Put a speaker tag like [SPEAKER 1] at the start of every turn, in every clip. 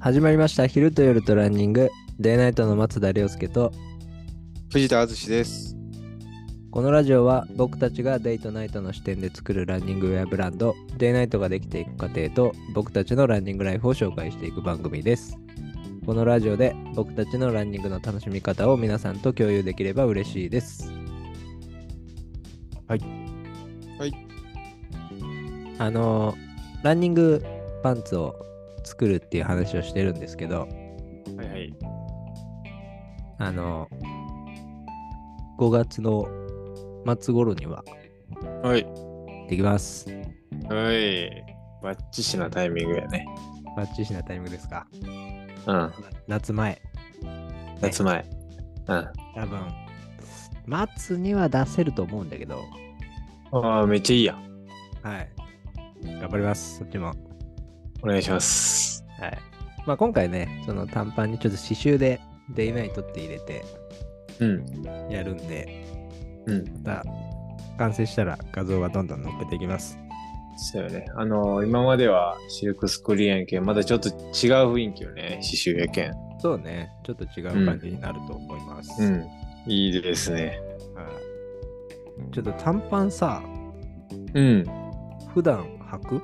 [SPEAKER 1] 始まりました昼と夜とランニングデイナイトの松田亮介と
[SPEAKER 2] 藤田敦です。
[SPEAKER 1] このラジオは僕たちがデイとナイトの視点で作るランニングウェアブランドデイナイトができていく過程と僕たちのランニングライフを紹介していく番組ですこのラジオで僕たちのランニングの楽しみ方を皆さんと共有できれば嬉しいですはい
[SPEAKER 2] はい
[SPEAKER 1] あのランニングパンツを作るっていう話をしてるんですけど
[SPEAKER 2] はいはい。
[SPEAKER 1] あの、5月の末頃には
[SPEAKER 2] はい。
[SPEAKER 1] できます。
[SPEAKER 2] はい。バッチシなタイミングやね。
[SPEAKER 1] バッチシなタイミングですか。
[SPEAKER 2] うん。
[SPEAKER 1] 夏前。
[SPEAKER 2] 夏前。うん。あ
[SPEAKER 1] 多分、末には出せると思うんだけど、
[SPEAKER 2] あー、めっちゃいいやん。
[SPEAKER 1] はい。頑張ります、そっちも。
[SPEAKER 2] お願いします。
[SPEAKER 1] はい。まあ今回ね、その短パンにちょっと刺繍でデイナイトって入れて
[SPEAKER 2] うん。
[SPEAKER 1] やるんで、
[SPEAKER 2] うん。
[SPEAKER 1] また完成したら画像がどんどん載っけていきます。
[SPEAKER 2] そうよね。あのー今まではシルクスクリーンやけん、まだちょっと違う雰囲気よね。刺繍やけん。
[SPEAKER 1] そうね、ちょっと違う感じになると思います。
[SPEAKER 2] うん。いいですね。
[SPEAKER 1] はいちょっと短パンさ、
[SPEAKER 2] うん。
[SPEAKER 1] 普段履く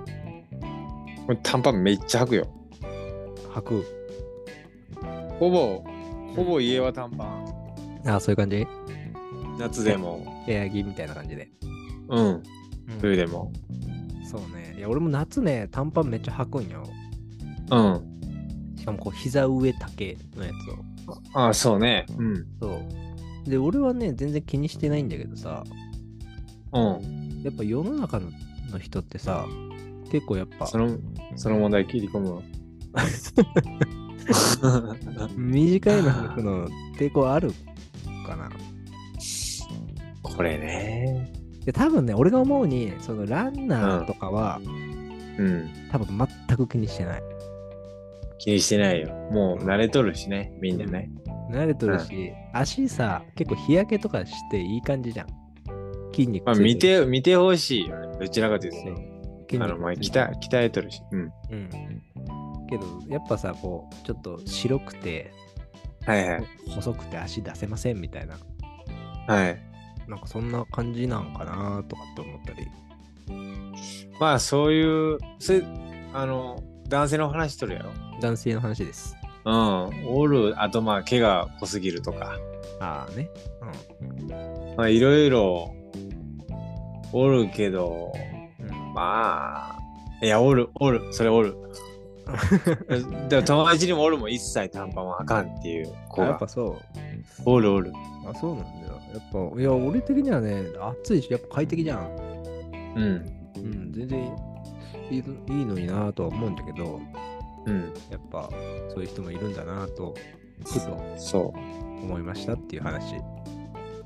[SPEAKER 2] これ短パンめっちゃ履くよ。
[SPEAKER 1] 履く
[SPEAKER 2] ほぼ、ほぼ家は短パン。
[SPEAKER 1] あそういう感じ
[SPEAKER 2] 夏でも、
[SPEAKER 1] エアギみたいな感じで、
[SPEAKER 2] うん。冬でも。
[SPEAKER 1] そうねいや俺も夏ね短パンめっちゃ履くんよ
[SPEAKER 2] うん。
[SPEAKER 1] しかもこう膝上丈のやつを
[SPEAKER 2] ああ、そうね。うん。
[SPEAKER 1] そうで俺はね全然気にしてないんだけどさ
[SPEAKER 2] うん。
[SPEAKER 1] やっぱ世の中のの人ってさ結構やっぱ
[SPEAKER 2] その、その問題切り込むわ。
[SPEAKER 1] 短いの履くの抵抗あるかな
[SPEAKER 2] これね。
[SPEAKER 1] で多分ね俺が思うにそのランナーとかは、
[SPEAKER 2] うん。
[SPEAKER 1] 多分全く気にしてない
[SPEAKER 2] 気にしてないよ。もう慣れとるしね、みんなね。
[SPEAKER 1] 慣れとるし、足さ結構日焼けとかしていい感じじゃん筋肉
[SPEAKER 2] まあ
[SPEAKER 1] ついる
[SPEAKER 2] 見て、見てほしいよね。どちらかというと
[SPEAKER 1] そう
[SPEAKER 2] ね。
[SPEAKER 1] 筋
[SPEAKER 2] あ
[SPEAKER 1] 肉
[SPEAKER 2] の、まあ、
[SPEAKER 1] つい
[SPEAKER 2] 鍛
[SPEAKER 1] てる
[SPEAKER 2] え鍛えとるし。うん。
[SPEAKER 1] うんけどやっぱさこうちょっと白くて
[SPEAKER 2] はいはい。
[SPEAKER 1] 細くて足出せませんみたいな
[SPEAKER 2] はい。
[SPEAKER 1] なんかそんな感じなんかなとかって思ったり
[SPEAKER 2] まあ、そういう、それ、あの、男性の話しとるやろ。
[SPEAKER 1] 男性の話です
[SPEAKER 2] うん。おる、あとまあ、毛が濃すぎるとか。
[SPEAKER 1] ああね
[SPEAKER 2] まあ、いろいろ、おるけど、
[SPEAKER 1] うん、うん、
[SPEAKER 2] まあ、いや、おる、おる、それお る。でも友達にもおるもん一切短パンはあかんっていう子
[SPEAKER 1] やっ
[SPEAKER 2] が
[SPEAKER 1] ぱ。そう
[SPEAKER 2] おるおる。
[SPEAKER 1] あそうなんだよやっぱいや俺的にはね暑いしやっぱ快適じゃん
[SPEAKER 2] うん。
[SPEAKER 1] うん全然いいのいいのになとは思うんだけど
[SPEAKER 2] うん。
[SPEAKER 1] やっぱそういう人もいるんだなとふと
[SPEAKER 2] そ
[SPEAKER 1] 思いましたっていう話
[SPEAKER 2] う。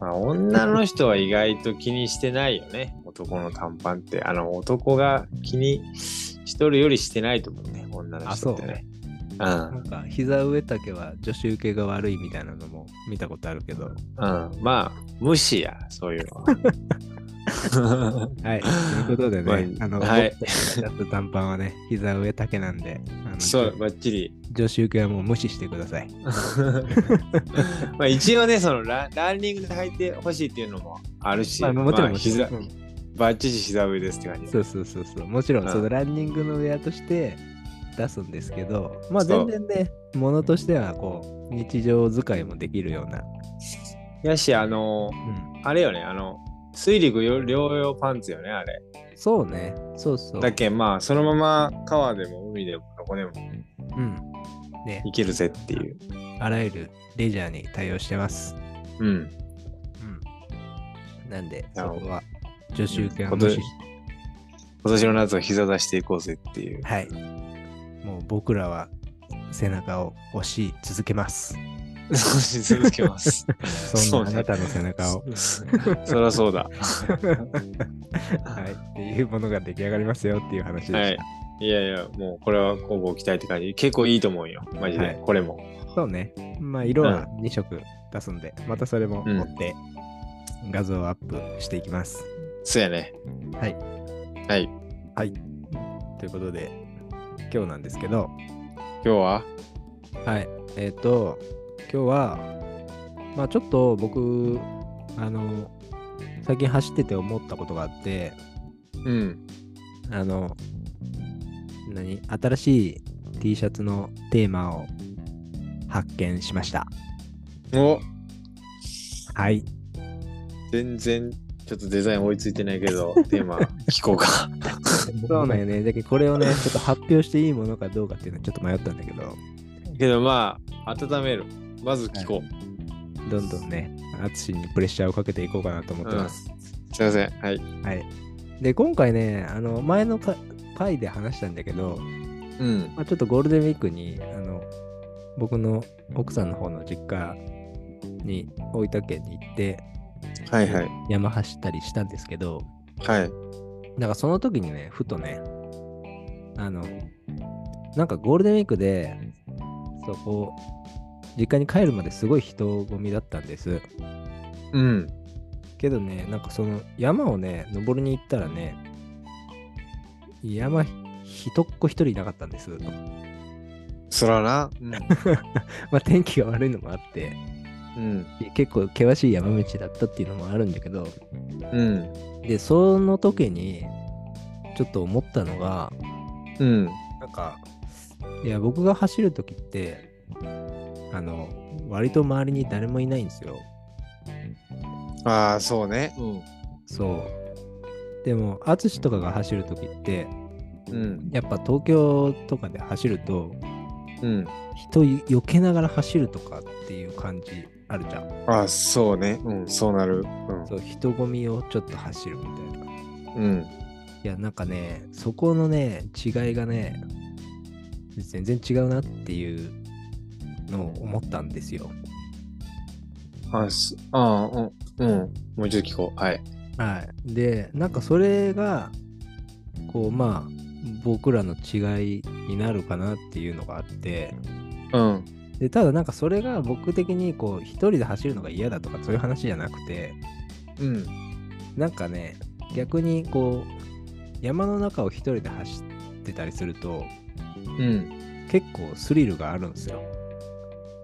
[SPEAKER 2] まあ、女の人は意外と気にしてないよね。男の短パンって。あの、男が気にしとるよりしてないと思うね。女の人ってね。う
[SPEAKER 1] なん
[SPEAKER 2] ん。
[SPEAKER 1] か膝上丈は女子受けが悪いみたいなのも見たことあるけど
[SPEAKER 2] うん。まあ、無視や、そういうの は。
[SPEAKER 1] はい、ということでね、
[SPEAKER 2] まあ
[SPEAKER 1] あの、
[SPEAKER 2] はい
[SPEAKER 1] 僕たちがやった短パンはね、膝上丈なんで、あの
[SPEAKER 2] そう、ばっちり。
[SPEAKER 1] 女子受けはもう無視してください。
[SPEAKER 2] まあ一応ね、そのランランニングで履いてほしいっていうのもあるし、
[SPEAKER 1] まあ、もちろん、
[SPEAKER 2] まあ膝
[SPEAKER 1] う、ん
[SPEAKER 2] バッチリ膝上ですって感じ。
[SPEAKER 1] そうそうそうそう、もちろん、そのランニングのウェアとして出すんですけど、まあ、
[SPEAKER 2] そ
[SPEAKER 1] 全
[SPEAKER 2] う
[SPEAKER 1] 然ね、ものとしては、こう、日常使いもできるような。
[SPEAKER 2] やし、あの、
[SPEAKER 1] うん、
[SPEAKER 2] あれよね、あの、水陸よ両用パンツよね、あれ。
[SPEAKER 1] そうね、そうそう。
[SPEAKER 2] だけんまあ、そのまま川でも海でもどこでも
[SPEAKER 1] うん。ね、
[SPEAKER 2] 行けるぜっていう。
[SPEAKER 1] あらゆるレジャーに対応してます。
[SPEAKER 2] うん。
[SPEAKER 1] うん。なんで、そ
[SPEAKER 2] なるほど
[SPEAKER 1] こは、女子受けは無視して
[SPEAKER 2] 今年の夏は膝出していこうぜっていう。
[SPEAKER 1] はい。もう僕らは背中を押し続けます。
[SPEAKER 2] 少し続けます。
[SPEAKER 1] そんなあなたの背中を。
[SPEAKER 2] そりゃそうだ。
[SPEAKER 1] はい。っていうものが出来上がりますよっていう話
[SPEAKER 2] は
[SPEAKER 1] で
[SPEAKER 2] い
[SPEAKER 1] し。
[SPEAKER 2] いやいや、もうこれは工房期待って感じ。結構いいと思うよ。マジで。
[SPEAKER 1] はい
[SPEAKER 2] これも。
[SPEAKER 1] た。そうね。まあ、色は2色出すんで、またそれも追って、画像をアップしていきます。
[SPEAKER 2] そうやね。
[SPEAKER 1] はい。
[SPEAKER 2] はい。
[SPEAKER 1] ということで、今日なんですけど、
[SPEAKER 2] 今日は
[SPEAKER 1] はい。えっ、と、今日は、まあちょっと僕、あの、最近走ってて思ったことがあって、
[SPEAKER 2] うん。
[SPEAKER 1] あの、何新しい T シャツのテーマを発見しました。
[SPEAKER 2] お
[SPEAKER 1] はい。
[SPEAKER 2] 全然ちょっとデザイン追いついてないけ ど、テーマ聞こうか。
[SPEAKER 1] そうなんよね。だけどこれをね、ちょっと発表していいものかどうかっていうのはちょっと迷ったんだけど、
[SPEAKER 2] けどまあ、温める。まず聞こう。
[SPEAKER 1] どんどんね、淳にプレッシャーをかけていこうかなと思ってます。
[SPEAKER 2] すいません。はい。
[SPEAKER 1] はい。で、今回ね、あの、前のか回で話したんだけど、
[SPEAKER 2] うん。
[SPEAKER 1] まあ、ちょっとゴールデンウィークに、あの、僕の奥さんの方の実家に、大分県に行って、
[SPEAKER 2] はいはい。
[SPEAKER 1] 山走ったりしたんですけど、
[SPEAKER 2] はい。
[SPEAKER 1] なんかその時にね、ふとね、あの、なんかゴールデンウィークで、そう、こう、実家に帰るまですごい人混みだったんです。
[SPEAKER 2] うん。
[SPEAKER 1] けどね、なんかその山をね、登りに行ったらね、山、人っ子一人いなかったんです。
[SPEAKER 2] そらな。うん。
[SPEAKER 1] まあ天気が悪いのもあって、
[SPEAKER 2] うん。
[SPEAKER 1] 結構険しい山道だったっていうのもあるんだけど、
[SPEAKER 2] うん。
[SPEAKER 1] で、その時に、ちょっと思ったのが、
[SPEAKER 2] うん。
[SPEAKER 1] なんか、いや、僕が走るときって、あの、割と周りに誰もいないんですよ。
[SPEAKER 2] ああ、そうね。う
[SPEAKER 1] そう。でも、淳とかが走るときって、
[SPEAKER 2] ん。うん。
[SPEAKER 1] やっぱ東京とかで走ると、
[SPEAKER 2] うん。
[SPEAKER 1] 人避けながら走るとかっていう感じあるじゃん。
[SPEAKER 2] ああ、そうね。うん。そうなる。
[SPEAKER 1] そう、人混みをちょっと走るみたいな。い
[SPEAKER 2] うん。うん。
[SPEAKER 1] や、なんかね、そこのね、違いがね、全然違うなっていうのを思ったんですよ。
[SPEAKER 2] あ、す、ああ、うん、うん。もう一度聞こう。はい。
[SPEAKER 1] はい、でなんかそれがこうまあ僕らの違いになるかなっていうのがあって
[SPEAKER 2] うん。
[SPEAKER 1] でただなんかそれが僕的にこう一人で走るのが嫌だとかそういう話じゃなくて
[SPEAKER 2] うん。
[SPEAKER 1] なんかね逆にこう山の中を一人で走ってたりすると
[SPEAKER 2] うん。
[SPEAKER 1] 結構スリルがあるんですよ。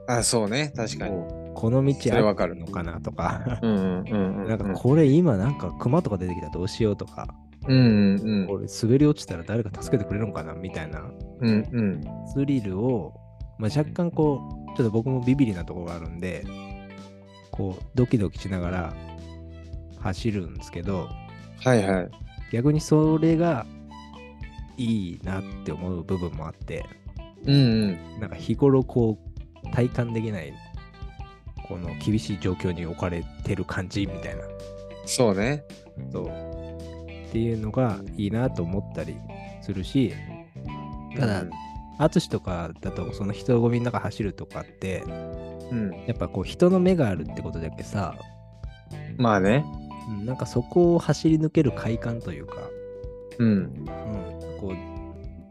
[SPEAKER 2] あ、そうね。確かに。
[SPEAKER 1] こうこの道
[SPEAKER 2] それ
[SPEAKER 1] あ
[SPEAKER 2] わかる
[SPEAKER 1] るのかなとか
[SPEAKER 2] うんうんうんうん。
[SPEAKER 1] なんかこれ今なんか熊とか出てきたらどうしようとか
[SPEAKER 2] うんうん
[SPEAKER 1] これ滑り落ちたら誰か助けてくれるのかなみたいな
[SPEAKER 2] うん。うんうん。
[SPEAKER 1] スリルを、まあ、若干こうちょっと僕もビビリなところがあるんでこうドキドキしながら走るんですけど
[SPEAKER 2] はいはい。
[SPEAKER 1] 逆にそれがいいなって思う部分もあって
[SPEAKER 2] うんうん。
[SPEAKER 1] なんか日頃こう体感できないこの厳しい状況に置かれてる感じみたいな
[SPEAKER 2] そうね。
[SPEAKER 1] そうっていうのがいいなと思ったりするしただ
[SPEAKER 2] うん
[SPEAKER 1] 淳とかだとその人混みの中走るとかって
[SPEAKER 2] うん。
[SPEAKER 1] やっぱこう人の目があるってことだけさ、
[SPEAKER 2] まあね。
[SPEAKER 1] うんなんかそこを走り抜ける快感というか、
[SPEAKER 2] うん。
[SPEAKER 1] うん、こ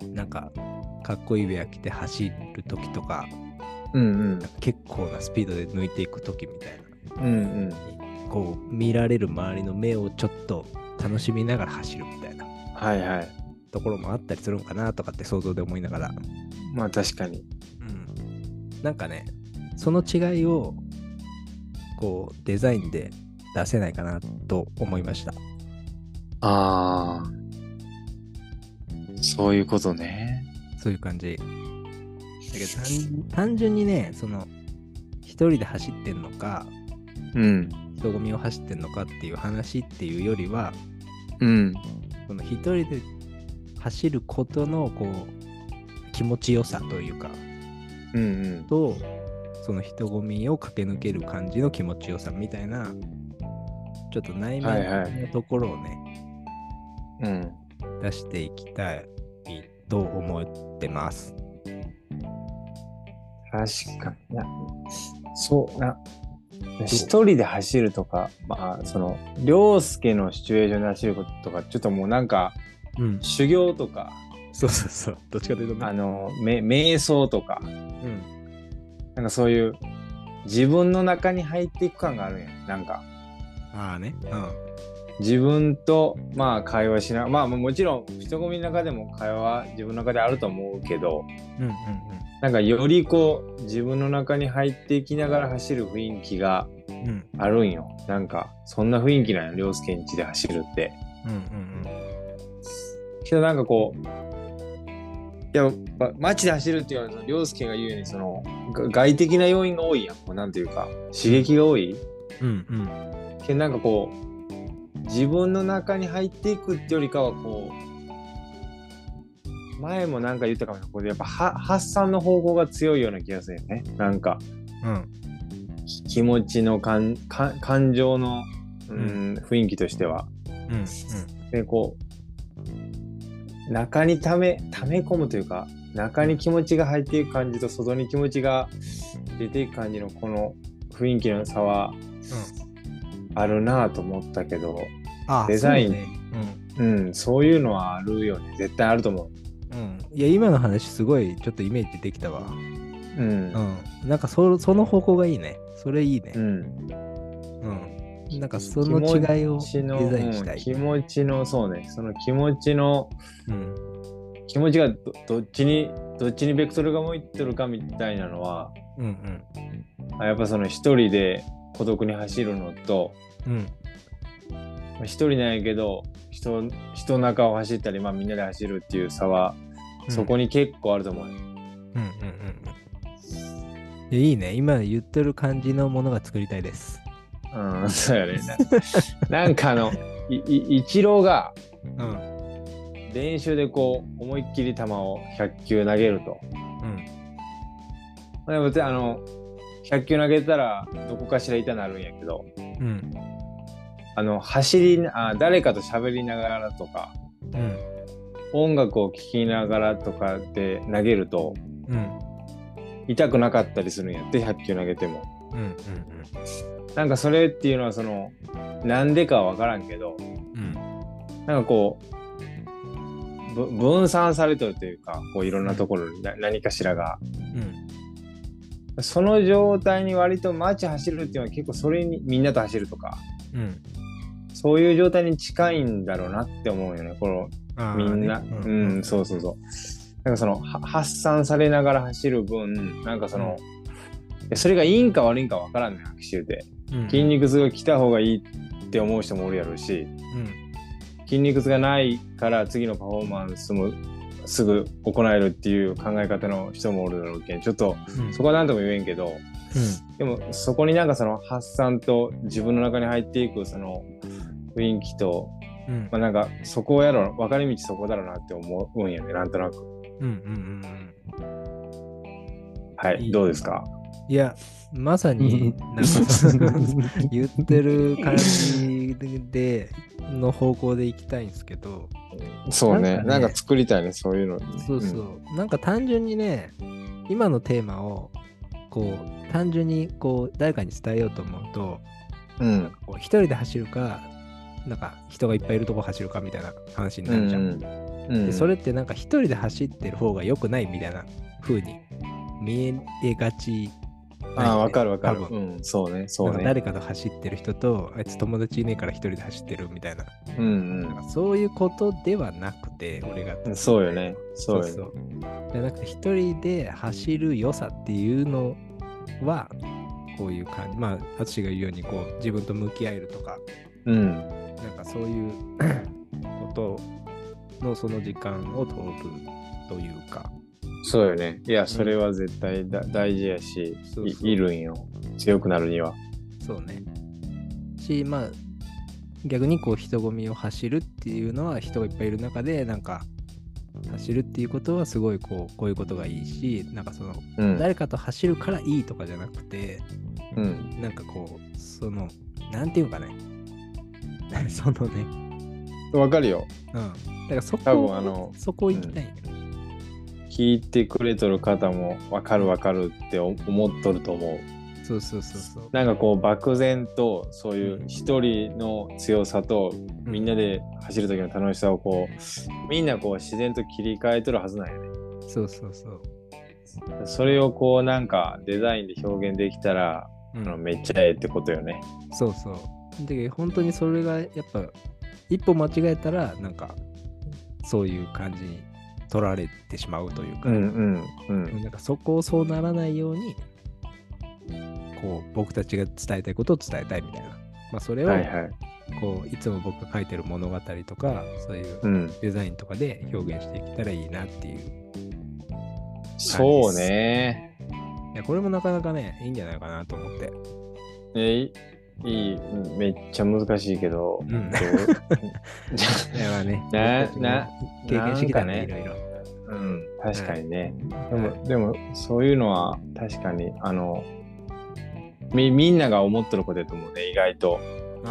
[SPEAKER 1] うなんかかっこいいウェア着て走る時とか
[SPEAKER 2] うんうん
[SPEAKER 1] なん。か結構なスピードで抜いていく時みたい
[SPEAKER 2] うんうん。
[SPEAKER 1] なこう見られる周りの目をちょっと楽しみながら走るみたいな
[SPEAKER 2] はいはい。
[SPEAKER 1] ところもあったりするのかなとかって想像で思いながら、
[SPEAKER 2] まあ確かに。
[SPEAKER 1] うん、なんかねその違いをこうデザインで出せないかなと思いました。
[SPEAKER 2] ああ。そういうことね。
[SPEAKER 1] そういう感じ。だけど単単純にね、その、一人で走ってんのか、
[SPEAKER 2] うん。
[SPEAKER 1] 人混みを走ってんのかっていう話っていうよりは、
[SPEAKER 2] うん。
[SPEAKER 1] この一人で走ることの、こう、気持ちよさというか、
[SPEAKER 2] うんうん。
[SPEAKER 1] と、その人混みを駆け抜ける感じの気持ちよさみたいな、ちょっと内面
[SPEAKER 2] はいはい
[SPEAKER 1] のところをね、
[SPEAKER 2] うん。
[SPEAKER 1] 出していきたいと思ってます。
[SPEAKER 2] 確かにな。そうな。一人で走るとか、まあ、その、凌介のシチュエーションで走ることとか、ちょっともうなんか、
[SPEAKER 1] うん、
[SPEAKER 2] 修行とか、
[SPEAKER 1] そうそうそう。どっちかというとね
[SPEAKER 2] あの、め瞑想とか、
[SPEAKER 1] うん
[SPEAKER 2] なんかそういう、自分の中に入っていく感があるんやん。なんか、
[SPEAKER 1] ああね。う
[SPEAKER 2] 自分と、まあ、会話しな、まあ、もちろん、人混みの中でも会話、自分の中であると思うけど、
[SPEAKER 1] ん。うんうん
[SPEAKER 2] なんかよりこう自分の中に入っていきながら走る雰囲気が
[SPEAKER 1] うんうん
[SPEAKER 2] あるんよなんかそんな雰囲気なんよ涼介んちで走るって
[SPEAKER 1] うん
[SPEAKER 2] けどなんかこういやま街で走るっていうのは涼介が言うようにそのが外的な要因が多いやんこうなんていうか刺激が多い
[SPEAKER 1] うんうんうん
[SPEAKER 2] けどなんかこう自分の中に入っていくってよりかはこう前もなんか言ったかもしれないこれやっぱは発散の方向が強いような気がするよねなんか
[SPEAKER 1] うん
[SPEAKER 2] き気持ちのかんか感情の、うん、雰囲気としては。
[SPEAKER 1] うん
[SPEAKER 2] でこう中にためため込むというか中に気持ちが入っていく感じと外に気持ちが出ていく感じのこの雰囲気の差はあるなぁと思ったけど、
[SPEAKER 1] あ
[SPEAKER 2] デザイン
[SPEAKER 1] そうね
[SPEAKER 2] うん、そういうのはあるよね絶対あると思
[SPEAKER 1] うんうんいや今の話すごいちょっとイメージできたわ
[SPEAKER 2] う。うん
[SPEAKER 1] うんなんかそその方向がいいねそれいいね
[SPEAKER 2] うん、
[SPEAKER 1] うん、なんかその違いを
[SPEAKER 2] 気持ちの
[SPEAKER 1] デザインした
[SPEAKER 2] うん
[SPEAKER 1] い
[SPEAKER 2] 気持ちのそうねその気持ちの
[SPEAKER 1] うん
[SPEAKER 2] 気持ちがどどっちにどっちにベクトルが向いてるかみたいなのは
[SPEAKER 1] うん
[SPEAKER 2] あやっぱその一人で孤独に走るのと、
[SPEAKER 1] うんうん
[SPEAKER 2] まあ一人なんやけど人人の中を走ったり、まあ、みんなで走るっていう差はそこに結構あると思うよ、
[SPEAKER 1] うんうんうんうんいやいいね今言ってる感じのものが作りたいです
[SPEAKER 2] うん そうやねななんかあのいいイチローが
[SPEAKER 1] うんうん
[SPEAKER 2] 練習でこう思いっきり球を100球投げるとでも別にあの100球投げたらどこかしら痛なるんやけど
[SPEAKER 1] うん
[SPEAKER 2] あの走りなあ誰かと喋りながらとか
[SPEAKER 1] うん
[SPEAKER 2] 音楽を聴きながらとかで投げると
[SPEAKER 1] うん
[SPEAKER 2] 痛くなかったりするんやって100球投げても。
[SPEAKER 1] うんうん
[SPEAKER 2] なんかそれっていうのはそのなんでかは分からんけど
[SPEAKER 1] うん
[SPEAKER 2] なんかこうぶ分散されてるというかこういろんなところにな何かしらが
[SPEAKER 1] うん
[SPEAKER 2] その状態に割と街走るっていうのは結構それにみんなと走るとか
[SPEAKER 1] うん
[SPEAKER 2] そういう状態に近いんだろうなって思うよねこの
[SPEAKER 1] あー
[SPEAKER 2] みんな、
[SPEAKER 1] ねう
[SPEAKER 2] う、
[SPEAKER 1] んん
[SPEAKER 2] そうそうそうなんかそのは発散されながら走る分なんかその、いやそれがいいんか悪いんか分からんねん握手で
[SPEAKER 1] うん
[SPEAKER 2] 筋肉痛が来た方がいいって思う人もおるやろうし、
[SPEAKER 1] うん
[SPEAKER 2] 筋肉痛がないから次のパフォーマンスもすぐ行えるっていう考え方の人もおるだろうけんちょっと
[SPEAKER 1] うん
[SPEAKER 2] そこは何とも言えんけどでもそこになんかその発散と自分の中に入っていくその雰囲気と、
[SPEAKER 1] うんうん
[SPEAKER 2] まあ、なんかそこやろ分かれ道そこだろうなって思うんやねなんとなく
[SPEAKER 1] うんうんうん
[SPEAKER 2] はい
[SPEAKER 1] いい
[SPEAKER 2] どうですか
[SPEAKER 1] いやまさになんかその言ってる感じでの方向でいきたいんですけど
[SPEAKER 2] そうね
[SPEAKER 1] なんかね
[SPEAKER 2] なんか作りたいねそういうの
[SPEAKER 1] そうそう、なんか単純にね今のテーマをこう単純にこう誰かに伝えようと思うと
[SPEAKER 2] うん
[SPEAKER 1] こう一人で走るかなんか人がいっぱいいるとこ走るかみたいな話に
[SPEAKER 2] う
[SPEAKER 1] なる
[SPEAKER 2] ん
[SPEAKER 1] じゃん、
[SPEAKER 2] うんうん
[SPEAKER 1] でそれってなんか一人で走ってる方が良くないみたいな風に見えがちなんよね、
[SPEAKER 2] ああ分かる分かる
[SPEAKER 1] 多
[SPEAKER 2] う
[SPEAKER 1] 分
[SPEAKER 2] んそうねそ
[SPEAKER 1] な
[SPEAKER 2] うん
[SPEAKER 1] か
[SPEAKER 2] ね
[SPEAKER 1] 誰かと走ってる人とあいつ友達いねえから一人で走ってるみたいな
[SPEAKER 2] う
[SPEAKER 1] なん
[SPEAKER 2] ん
[SPEAKER 1] かそういうことではなくて俺が
[SPEAKER 2] うんそうよねそうよね
[SPEAKER 1] そうじゃなくて一人で走る良さっていうのはこういう感じまあ淳が言うようにこう自分と向き合えるとか
[SPEAKER 2] うん
[SPEAKER 1] なんかそういう ことのその時間を問うというか
[SPEAKER 2] そうよね。いや、それは絶対だ、大事やし
[SPEAKER 1] そうそう
[SPEAKER 2] い、いるんよ。強くなるには。
[SPEAKER 1] そうねしまあ逆にこう人混みを走るっていうのは人がいっぱいいる中でなんか走るっていうことはすごいこうこういうことがいいしなんかその
[SPEAKER 2] うん。
[SPEAKER 1] 誰かと走るからいいとかじゃなくて、
[SPEAKER 2] うん、
[SPEAKER 1] なんかこう、その、なんていうかね。 そのね。
[SPEAKER 2] わかるよ。
[SPEAKER 1] うん。だからそこ
[SPEAKER 2] 多分あの
[SPEAKER 1] そこ行きたい、ね
[SPEAKER 2] 聞いてくれとる方も、わかるわかるって思思っとると思う。
[SPEAKER 1] そうそうそうそう。
[SPEAKER 2] なんかこう、漠然と、そういう一人の強さと、みんなで走る時の楽しさをこう、みんなこう、自然と切り替えとるはずなんやね。
[SPEAKER 1] そうそうそう。
[SPEAKER 2] それをこう、なんかデザインで表現できたら、
[SPEAKER 1] う
[SPEAKER 2] あの
[SPEAKER 1] ん、
[SPEAKER 2] めっちゃええってことよね。
[SPEAKER 1] そうそう。で、本当にそれがやっぱ、一歩間違えたら、なんか、そういう感じに取られてしまうというか、
[SPEAKER 2] うんうんうん
[SPEAKER 1] なんかそこをそうならないようにこう僕たちが伝えたいことを伝えたいみたいな、まあ、それを
[SPEAKER 2] はいはい
[SPEAKER 1] こういつも僕が書いてる物語とかそういう
[SPEAKER 2] うん
[SPEAKER 1] デザインとかで表現していけたらいいなっていう
[SPEAKER 2] そうね
[SPEAKER 1] いやこれもなかなかねいいんじゃないかなと思って、
[SPEAKER 2] えいいいうんめっちゃ難しいけ
[SPEAKER 1] う
[SPEAKER 2] ど
[SPEAKER 1] ん、いやまあね
[SPEAKER 2] な
[SPEAKER 1] 僕たちも経験してきたねいろいろ
[SPEAKER 2] うん、確かにね。でも、でも、そういうのは確かに、あの、み、みんなが思ってることだと思うね、意外と。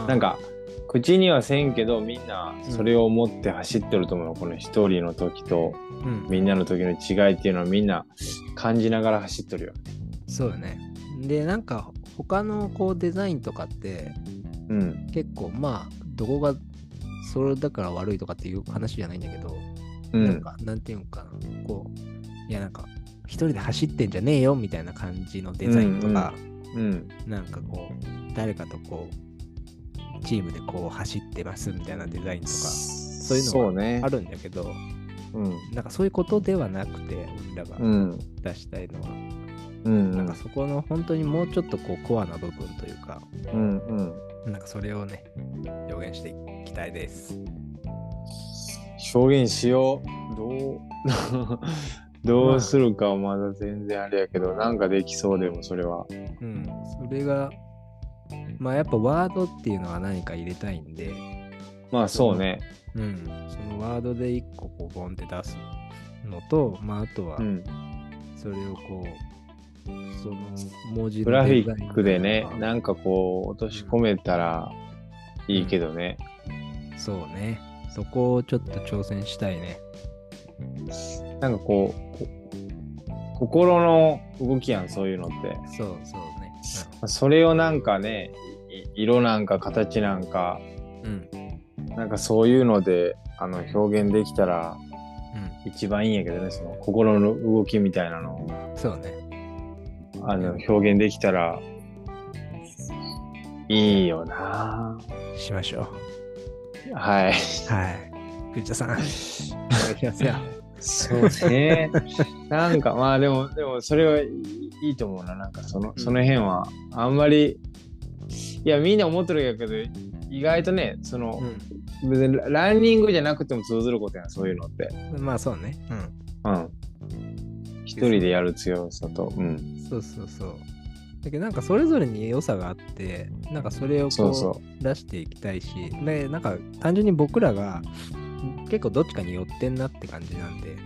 [SPEAKER 2] なんか、口にはせんけど、みんなそれを思って走ってると思うの、この一人の時と、
[SPEAKER 1] うん
[SPEAKER 2] みんなの時の違いっていうのはみんな感じながら走ってるよ。
[SPEAKER 1] そうだねでなんか他のこうデザインとかって
[SPEAKER 2] うん。
[SPEAKER 1] 結構まあどこがそれだから悪いとかっていう話じゃないんだけど、
[SPEAKER 2] う
[SPEAKER 1] なん
[SPEAKER 2] ん。
[SPEAKER 1] かなんていうのかなこういやなんか一人で走ってんじゃねえよみたいな感じのデザインとか、
[SPEAKER 2] うん。
[SPEAKER 1] なんかこう誰かとこうチームでこう走ってますみたいなデザインとか
[SPEAKER 2] そう
[SPEAKER 1] いうのが
[SPEAKER 2] うね
[SPEAKER 1] あ。るんだけど、
[SPEAKER 2] うん。
[SPEAKER 1] なんかそういうことではなくて俺らが
[SPEAKER 2] うん。
[SPEAKER 1] 出したいのは、
[SPEAKER 2] うん。
[SPEAKER 1] なんかそこの本当にもうちょっとこうコアな部分というか
[SPEAKER 2] うん。うん。
[SPEAKER 1] なんかそれをね表現していきたいです。
[SPEAKER 2] 表現しようどう どうするかはまだ全然あれやけどなんかできそうでもそれは
[SPEAKER 1] うん、それがまあやっぱワードっていうのは何か入れたいんで、
[SPEAKER 2] まあそうね
[SPEAKER 1] うん、そのワードで一個こうボンって出すのと、まあ、あとは
[SPEAKER 2] うん
[SPEAKER 1] それをこう、その文字の
[SPEAKER 2] グラフィ
[SPEAKER 1] デザイン
[SPEAKER 2] ッ
[SPEAKER 1] と
[SPEAKER 2] クでね
[SPEAKER 1] か
[SPEAKER 2] なんかこう落とし込めたらいいけどね、
[SPEAKER 1] そうねそこをちょっと挑戦したいね
[SPEAKER 2] なんかこうこ心の動きやんそういうのって
[SPEAKER 1] そうそうね
[SPEAKER 2] それをなんかねい色なんか形なんか
[SPEAKER 1] うんうん、
[SPEAKER 2] なんかそういうのであの表現できたら
[SPEAKER 1] う
[SPEAKER 2] 一番いいんやけどねその心の動きみたいなのを
[SPEAKER 1] ん、そうね
[SPEAKER 2] あの表現できたらいいよな
[SPEAKER 1] しましょ
[SPEAKER 2] はい。
[SPEAKER 1] うはい藤田さんお願いしますよ
[SPEAKER 2] そうね。なんかまあでも、でもそれはいいいと思うな。なんかその、
[SPEAKER 1] ん
[SPEAKER 2] その辺はあんまり、いやみんな思ってるやけど、意外とね、その
[SPEAKER 1] う、ん
[SPEAKER 2] 別にランニングじゃなくても通ずることやん、そういうのって。
[SPEAKER 1] まあそうね。う
[SPEAKER 2] うん。一人でやる強さと、うん。
[SPEAKER 1] ん。そうそうそう。だけどなんかそれぞれに良さがあって、なんかそれをこ
[SPEAKER 2] そううそ
[SPEAKER 1] 出していきたいし、で、なんか単純に僕らが結構どっちかに寄ってんなって感じなんで、
[SPEAKER 2] う。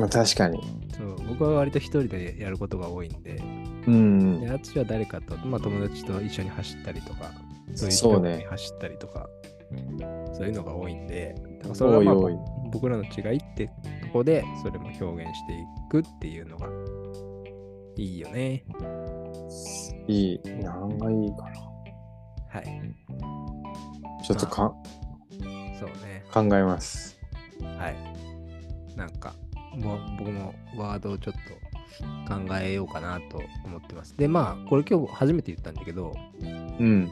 [SPEAKER 2] まあ確かに。
[SPEAKER 1] そう僕は割と一人でやることが多いんで、
[SPEAKER 2] うん
[SPEAKER 1] で、。あつしは誰かと、まあ友達と一緒に走ったりとか、そういう
[SPEAKER 2] そう
[SPEAKER 1] 人に
[SPEAKER 2] ね。
[SPEAKER 1] 走ったりとか、そういうのが多いんで、だからそれ
[SPEAKER 2] お
[SPEAKER 1] はいまあ
[SPEAKER 2] おい。
[SPEAKER 1] 僕らの違いってとこで、それも表現していくっていうのがいいよね。
[SPEAKER 2] いい。何がいいかな。
[SPEAKER 1] はい。
[SPEAKER 2] ちょっとか
[SPEAKER 1] そうね。
[SPEAKER 2] 考えます。
[SPEAKER 1] はい。なんか、もう僕もワードをちょっと考えようかなと思ってます。で、まあ、これ今日初めて言ったんだけど、
[SPEAKER 2] うん。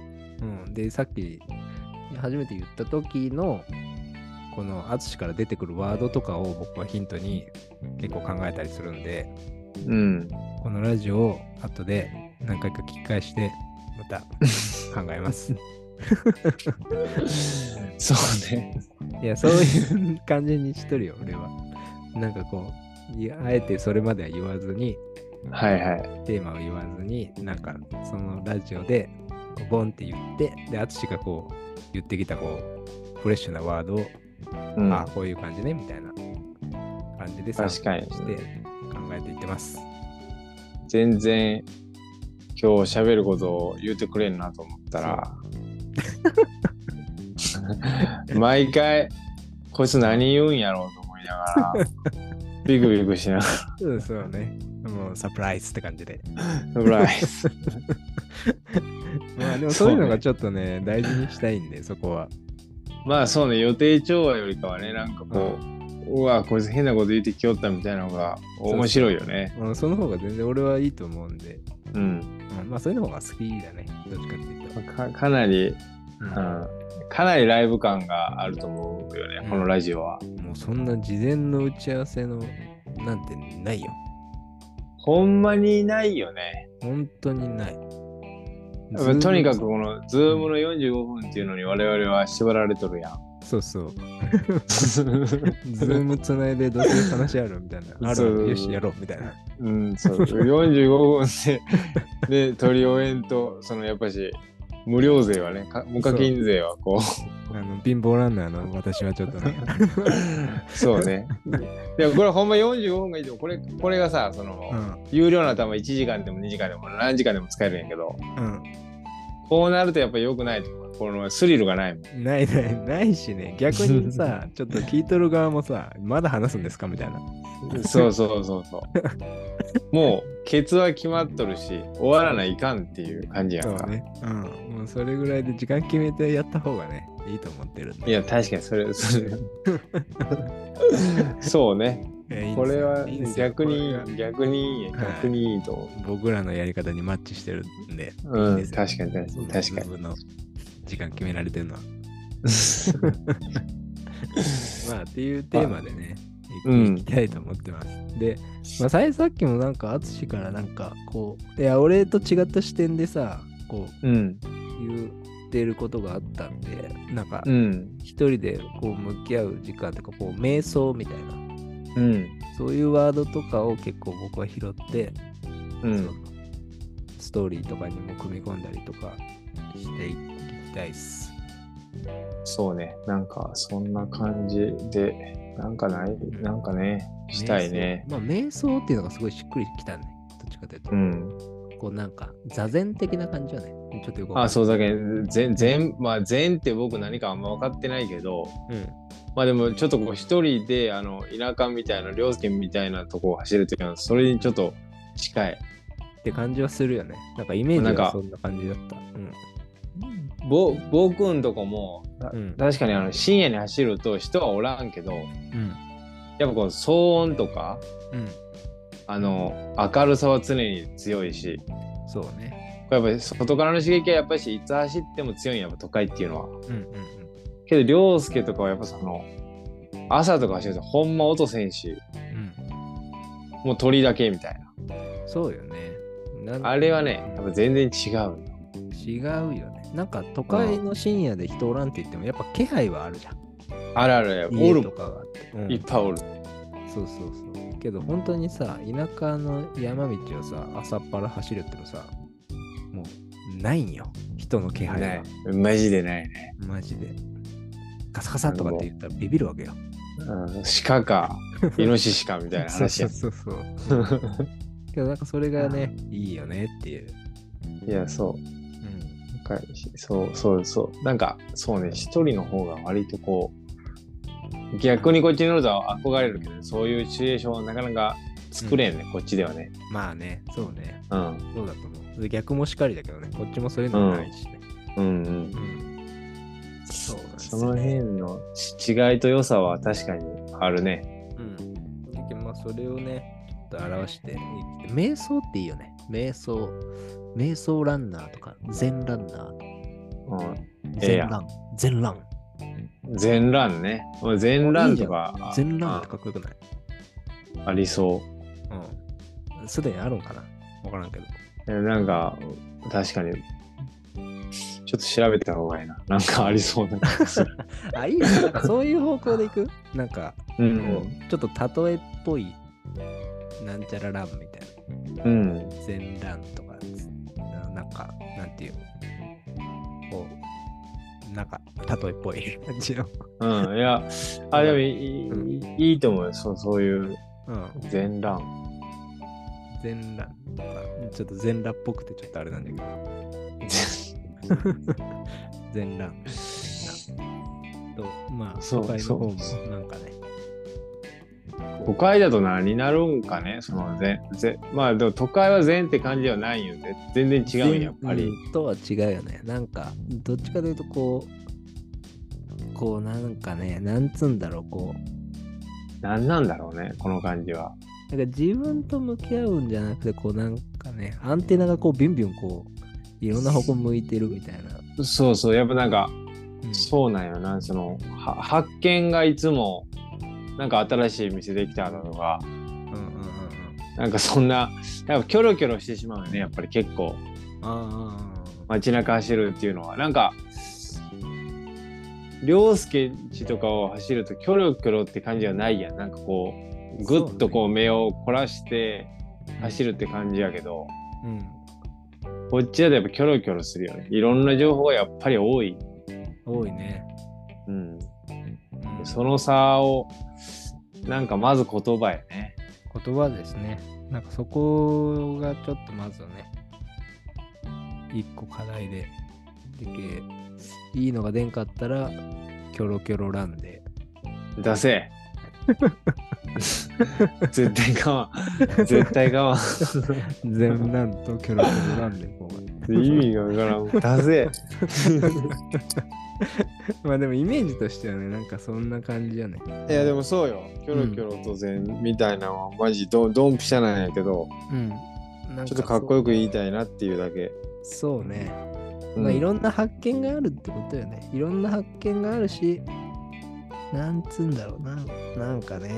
[SPEAKER 1] うん、で、さっき初めて言った時の、この淳から出てくるワードとかを僕はヒントに結構考えたりするんで、
[SPEAKER 2] うん。
[SPEAKER 1] このラジオを後で何回か聞き返して、また考えます。
[SPEAKER 2] そうね。
[SPEAKER 1] いや、そういう感じにしとるよ、俺は。なんかこう、いやあえてそれまでは言わずに、
[SPEAKER 2] はいはい。
[SPEAKER 1] テーマを言わずになんかそのラジオでこうボンって言ってで淳がこう言ってきたこうフレッシュなワードを、
[SPEAKER 2] うん、
[SPEAKER 1] あこういう感じねみたいな感じで参考
[SPEAKER 2] 確かに。
[SPEAKER 1] して考えていってます
[SPEAKER 2] 全然今日喋ることを言ってくれんなと思ったら。 毎回、こいつ何言うんやろうと思いながら、ビクビクしながら、
[SPEAKER 1] うんそうねもうサプライズって感じで
[SPEAKER 2] サプ ライズ
[SPEAKER 1] まあでも
[SPEAKER 2] そ
[SPEAKER 1] そう
[SPEAKER 2] うね
[SPEAKER 1] いうのがちょっとね大事にしたいんでそこは
[SPEAKER 2] まあそうね、予定調和よりかはね、なんかこう、うわ、こいつ変なこと言ってきよったみたいなのが面白いよね。
[SPEAKER 1] うんその方が全然俺はいいと思うんで、
[SPEAKER 2] うん。
[SPEAKER 1] うんまあそういうの方が好きだねどっちかっていうと、
[SPEAKER 2] かかなり、
[SPEAKER 1] う
[SPEAKER 2] うんん、かなりライブ感があると思うよね、
[SPEAKER 1] うん
[SPEAKER 2] このラジオは。
[SPEAKER 1] もうそんな事前の打ち合わせのなんてないよ。
[SPEAKER 2] ほんまにないよね。
[SPEAKER 1] 本当にない。
[SPEAKER 2] とにかくこの Zoom の45分っていうのに我々は縛られとるやん。
[SPEAKER 1] そうそう。ズームつないでどうせ話あるみたいな。あ
[SPEAKER 2] そうそう
[SPEAKER 1] る
[SPEAKER 2] そう
[SPEAKER 1] よし、やろうみたいな。
[SPEAKER 2] うん、そう45分でで取り終えんとそのやっぱし無料税はねか無課金税はこう
[SPEAKER 1] あの貧乏ランナーの私はちょっと ね。
[SPEAKER 2] そうねいやこれほんま45分がいいとこれこれがさその、
[SPEAKER 1] うん。
[SPEAKER 2] 有料の頭1時間でも2時間でも何時間でも使えるんやけど
[SPEAKER 1] うん。
[SPEAKER 2] こうなるとやっぱ良くないとかこのスリルがな いもん
[SPEAKER 1] ないないないしね逆に さちょっと聞いとる側もさまだ話すんですかみたいな
[SPEAKER 2] そうそうそうそうもうケツは決まっとるし終わらないかんっていう感じやんか、
[SPEAKER 1] ねうんもうそれぐらいで時間決めてやった方がねいいと思ってるんで
[SPEAKER 2] いや確かにそれそれそうね
[SPEAKER 1] いやいいんですよ
[SPEAKER 2] これはい
[SPEAKER 1] いんですよ
[SPEAKER 2] 逆に
[SPEAKER 1] これが
[SPEAKER 2] 逆に
[SPEAKER 1] はい
[SPEAKER 2] 逆にいいと思
[SPEAKER 1] 僕らのやり方にマッチしてるんで
[SPEAKER 2] う、
[SPEAKER 1] いい
[SPEAKER 2] うん
[SPEAKER 1] ですよ
[SPEAKER 2] 確かに確かに確かに
[SPEAKER 1] 自分の時間決められて るのはまあっていうテーマでね
[SPEAKER 2] うん
[SPEAKER 1] いきたいと思ってます、で、まあ、ささっきもなんか淳からなんかこういや俺と違った視点でさこう
[SPEAKER 2] うん
[SPEAKER 1] 言ってることがあったんでなんか
[SPEAKER 2] うん
[SPEAKER 1] 一人でこう向き合う時間とかこう瞑想みたいな
[SPEAKER 2] うん
[SPEAKER 1] そういうワードとかを結構僕は拾って、
[SPEAKER 2] う
[SPEAKER 1] その
[SPEAKER 2] ん
[SPEAKER 1] ストーリーとかにも組み込んだりとかしていきたいっす。
[SPEAKER 2] そうねなんかそんな感じでなんかないなんかねしたいね
[SPEAKER 1] 瞑想まあ瞑想っていうのがすごいしっくりきたね。どっちかというと、
[SPEAKER 2] うん
[SPEAKER 1] こうなんか座禅的な感じよね。ちょっとよくわかんない
[SPEAKER 2] あそうだけど全全まあ全って僕何かあんま分かってないけど
[SPEAKER 1] うん。
[SPEAKER 2] まあでもちょっとこう一人であの田舎みたいな両家みたいなとこを走るときはそれにちょっと近い
[SPEAKER 1] って感じはするよね。なんかイメージ
[SPEAKER 2] なん
[SPEAKER 1] が
[SPEAKER 2] か
[SPEAKER 1] そんな感じだった。うん。
[SPEAKER 2] ぼ僕んとこもた
[SPEAKER 1] うん
[SPEAKER 2] 確かにあの深夜に走ると人はおらんけど
[SPEAKER 1] うん。
[SPEAKER 2] やっぱこう騒音とか
[SPEAKER 1] うん。
[SPEAKER 2] あの明るさは常に強いし
[SPEAKER 1] そうね。
[SPEAKER 2] これやっぱり外からの刺激はやっぱりいつ走っても強いんややっぱ都会っていうのは。
[SPEAKER 1] うんうんうん。
[SPEAKER 2] けど涼介とかはやっぱその朝とか走るとほんま音せんし
[SPEAKER 1] うん
[SPEAKER 2] もう鳥だけみたいな
[SPEAKER 1] そうよね。なん
[SPEAKER 2] あれはねやっぱ全然違う
[SPEAKER 1] 違うよね。なんか都会の深夜で人おらんって言ってもやっぱ気配はあるじゃん。
[SPEAKER 2] あるあるお
[SPEAKER 1] 家と
[SPEAKER 2] る
[SPEAKER 1] かがあって。うん
[SPEAKER 2] いっぱいおる
[SPEAKER 1] そうそうそう。けど本当にさ、田舎の山道をさ、朝っぱら走るってもさ、もうないんよ。人の気配が。
[SPEAKER 2] ねマジでないね、
[SPEAKER 1] マジで。カサカサとかって言ったらビビるわけよ。
[SPEAKER 2] うん、鹿かイノシシかみたいな話
[SPEAKER 1] そう
[SPEAKER 2] や
[SPEAKER 1] そうそうそう。 けどなんかそれがね、いいよねっていう。
[SPEAKER 2] いやそう
[SPEAKER 1] うん。
[SPEAKER 2] なんかそうそうそうなんかそうね一人の方が割とこう逆にこっちに乗ると憧れるけどそういうシチュエーションはなかなか作れんね、こっちではね
[SPEAKER 1] まあね、そうね。
[SPEAKER 2] うん
[SPEAKER 1] そうだと思う。逆もしかりだけどね、こっちもそういうのないしね。
[SPEAKER 2] うんうん
[SPEAKER 1] うん。そうなんです
[SPEAKER 2] そ
[SPEAKER 1] よ
[SPEAKER 2] の辺の違いと良さは確かにあるね
[SPEAKER 1] うん。だけどまあそれをね、ちょっと表していきたい瞑想っていいよね。瞑想。瞑想ランナーとか、禅ランナーとか。
[SPEAKER 2] うんええ
[SPEAKER 1] 禅
[SPEAKER 2] やん
[SPEAKER 1] ラン。禅ラン。
[SPEAKER 2] 全乱ね俺全乱とか
[SPEAKER 1] 禅ランってかっこよくない
[SPEAKER 2] あありそ
[SPEAKER 1] うん。すでにあるんかなわからんけど。
[SPEAKER 2] うえなんか確かにちょっと調べた方がいいななんかありそ うな気がする
[SPEAKER 1] あ、い いね。なんかそういう方向でいくなんか、
[SPEAKER 2] う
[SPEAKER 1] こうんちょっと例えっぽい、なんちゃらランみたいな。
[SPEAKER 2] うん
[SPEAKER 1] 全乱とかつななんかなんていうのこうなんか例えっぽい感じの、
[SPEAKER 2] うん、いや、あ、でもいい,、
[SPEAKER 1] うん
[SPEAKER 2] いいと思うよ、そうそういう
[SPEAKER 1] うん、
[SPEAKER 2] 全乱。
[SPEAKER 1] 全乱とかちょっと全裸っぽくてちょっとあれなんだけど全乱とまあ
[SPEAKER 2] そう
[SPEAKER 1] 都会の方も
[SPEAKER 2] そ
[SPEAKER 1] なんかね
[SPEAKER 2] 都会だと何になるんかね、その全、全、まあでも都会は全って感じではないよね。全然違うんや、やっぱり。
[SPEAKER 1] 全とは違うよねなんかどっちかというとこうこうなんかねなんつうんだろうこう
[SPEAKER 2] 何なんだろうね、この感じは。
[SPEAKER 1] なんか自分と向き合うんじゃなくて、こうなんかね、アンテナがこうビュンビュンこう、いろんな方向向いてるみたいな。
[SPEAKER 2] そうそう、やっぱなんか、
[SPEAKER 1] うん
[SPEAKER 2] そうなんよなそのは発見がいつもなんか新しい店できただとか
[SPEAKER 1] うんうんうんうん
[SPEAKER 2] なんかそんなやっぱキョロキョロしてしまうよねやっぱり結構
[SPEAKER 1] ああ
[SPEAKER 2] 街中走るっていうのはなんか涼介地とかを走るとキョロキョロって感じはないやんなんかこうぐっとこう目を凝らして走るって感じやけど
[SPEAKER 1] うん
[SPEAKER 2] こっちだとやっぱキョロキョロするよねいろんな情報がやっぱり多い、
[SPEAKER 1] 多いね、
[SPEAKER 2] う
[SPEAKER 1] う
[SPEAKER 2] ん、
[SPEAKER 1] ん
[SPEAKER 2] その差をなんかまず言葉やね
[SPEAKER 1] 言葉ですねなんかそこがちょっとまずね一個課題ででけいいのが出んかったらキョロキョロランで
[SPEAKER 2] 出せ絶対かわん絶対かわん
[SPEAKER 1] 全なんとキョロキョロランでこう
[SPEAKER 2] 意味がわからん出
[SPEAKER 1] まあでもイメージとしてはねなんかそんな感じやね
[SPEAKER 2] せいやでもそうよキョロキョロと全みたいなのはマジドンドンピシャなんやけど
[SPEAKER 1] うんなん
[SPEAKER 2] ちょっとかっこよく言いた
[SPEAKER 1] い
[SPEAKER 2] いなっていうだけ、
[SPEAKER 1] そうね
[SPEAKER 2] うん
[SPEAKER 1] まあ、いろんな発見があるってことよね。いろんな発見があるし、なんつうんだろうな。なんかね、